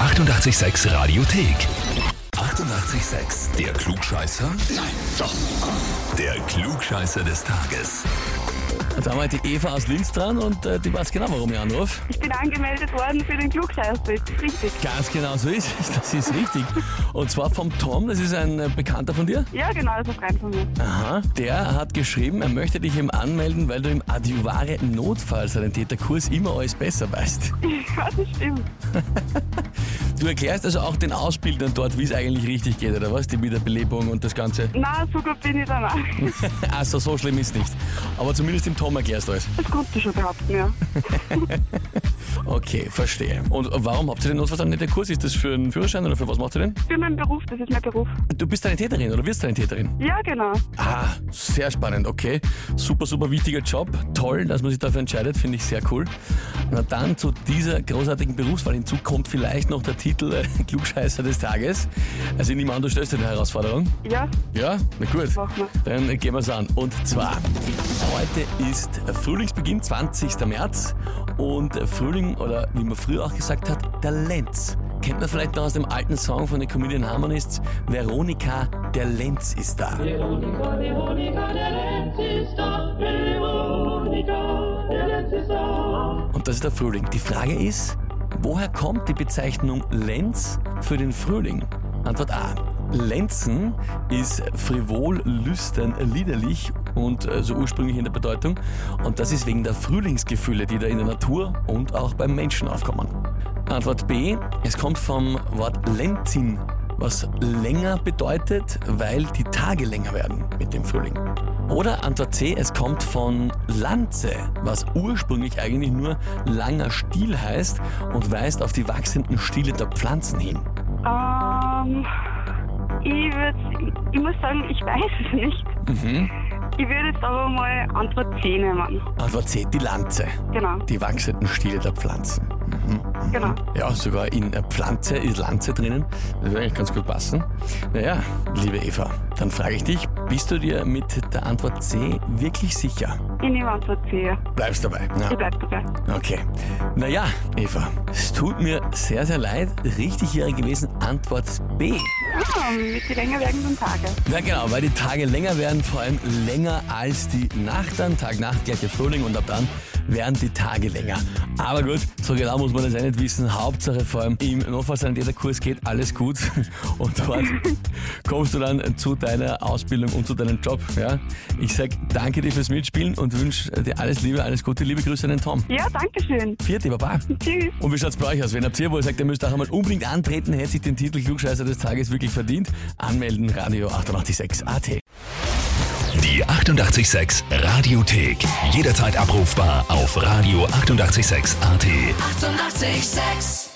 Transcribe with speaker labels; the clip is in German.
Speaker 1: 886 Radiothek. 88,6. Der Klugscheißer? Nein, doch. Der Klugscheißer des Tages.
Speaker 2: Jetzt haben wir die Eva aus Linz dran und äh, die weiß genau, warum ich anrufe.
Speaker 3: Ich bin angemeldet worden für den Klugscheißer, richtig.
Speaker 2: Ganz genau so ist es, das ist richtig. Und zwar vom Tom, das ist ein äh, Bekannter von dir.
Speaker 3: Ja, genau, das ist rein von mir.
Speaker 2: Aha. Der hat geschrieben, er möchte dich ihm anmelden, weil du im Adjuvare Notfallsanitäterkurs immer alles besser weißt.
Speaker 3: Ja, das stimmt.
Speaker 2: Du erklärst also auch den Ausbildern dort, wie es eigentlich richtig geht, oder was? Die Wiederbelebung und das Ganze.
Speaker 3: Na, so gut bin ich danach.
Speaker 2: Also so schlimm ist nicht. Aber zumindest dem Tom erklärst du alles.
Speaker 3: Das konnte ich schon behaupten, ja.
Speaker 2: Okay, verstehe. Und warum habt ihr den Notfallsanitäterkurs? Ist das für einen Führerschein oder für was macht ihr den?
Speaker 3: Für meinen Beruf, das ist mein Beruf.
Speaker 2: Du bist Sanitäterin oder wirst Sanitäterin?
Speaker 3: Ja, genau.
Speaker 2: Ah, sehr spannend, okay. Super, super wichtiger Job. Toll, dass man sich dafür entscheidet, finde ich sehr cool. Na dann zu dieser großartigen Berufswahl hinzu kommt vielleicht noch der Titel äh, Klugscheißer des Tages. Also ich nehme an, du stellst dir eine Herausforderung.
Speaker 3: Ja,
Speaker 2: Ja, na gut.
Speaker 3: Machen wir.
Speaker 2: Dann gehen wir es an. Und zwar, heute ist Frühlingsbeginn, 20. März. Und Frühling, oder wie man früher auch gesagt hat, der Lenz. Kennt man vielleicht noch aus dem alten Song von den Comedian Harmonists? Veronika, der Lenz ist da.
Speaker 4: Veronica, Veronica, der Lenz ist da. Veronica, der Lenz ist da.
Speaker 2: Und das ist der Frühling. Die Frage ist, woher kommt die Bezeichnung Lenz für den Frühling? Antwort A. Lenzen ist frivol, lüstern, liederlich und äh, so ursprünglich in der Bedeutung. Und das ist wegen der Frühlingsgefühle, die da in der Natur und auch beim Menschen aufkommen. Antwort B. Es kommt vom Wort Lenzin, was länger bedeutet, weil die Tage länger werden mit dem Frühling. Oder Antwort C, es kommt von Lanze, was ursprünglich eigentlich nur langer Stiel heißt und weist auf die wachsenden Stiele der Pflanzen hin.
Speaker 3: ähm, ich würde, ich muss sagen, ich weiß es nicht.
Speaker 2: Mhm.
Speaker 3: Ich würde jetzt aber mal Antwort C nehmen.
Speaker 2: Antwort C, die Lanze,
Speaker 3: Genau,
Speaker 2: die wachsenden Stiele der Pflanzen. Mhm.
Speaker 3: genau.
Speaker 2: Ja, sogar in äh, Pflanze ist Lanze drinnen. Das würde eigentlich ganz gut passen. Naja, liebe Eva, dann frage ich dich, bist du dir mit der Antwort C wirklich sicher?
Speaker 3: Ich nehme Antwort C, ja.
Speaker 2: Bleibst dabei. Ja.
Speaker 3: Ich bleib dabei.
Speaker 2: Okay. Naja, Eva, es tut mir sehr, sehr leid. Richtig wäre gewesen Antwort B.
Speaker 3: Ah, mit den länger werdenden Tage.
Speaker 2: Na genau, weil die Tage länger werden, vor allem länger als die Nacht dann. Tag, Nacht, gleiche Frühling und ab dann werden die Tage länger. Aber gut, so genau muss man das eh nicht wissen. Hauptsache vor allem im Notfallsanitäterkurs geht alles gut und dort kommst du dann zu deiner Ausbildung und zu deinem Job. Ja? Ich sag danke dir fürs Mitspielen und wünsche dir alles Liebe, alles Gute. Liebe Grüße an den Tom.
Speaker 3: Ja, danke schön.
Speaker 2: Vierte, Baba.
Speaker 3: Tschüss.
Speaker 2: Und wie schaut's bei euch aus? Wenn habt ihr wohl sagt, ihr müsst auch einmal unbedingt antreten, hätte sich den Titel Klugscheißer des Tages wirklich verdient, anmelden, Radio 886 AT.
Speaker 1: Die 88,6 Radiothek. Jederzeit abrufbar auf radio886.at. 88,6.
Speaker 5: Eighty-eight, sex.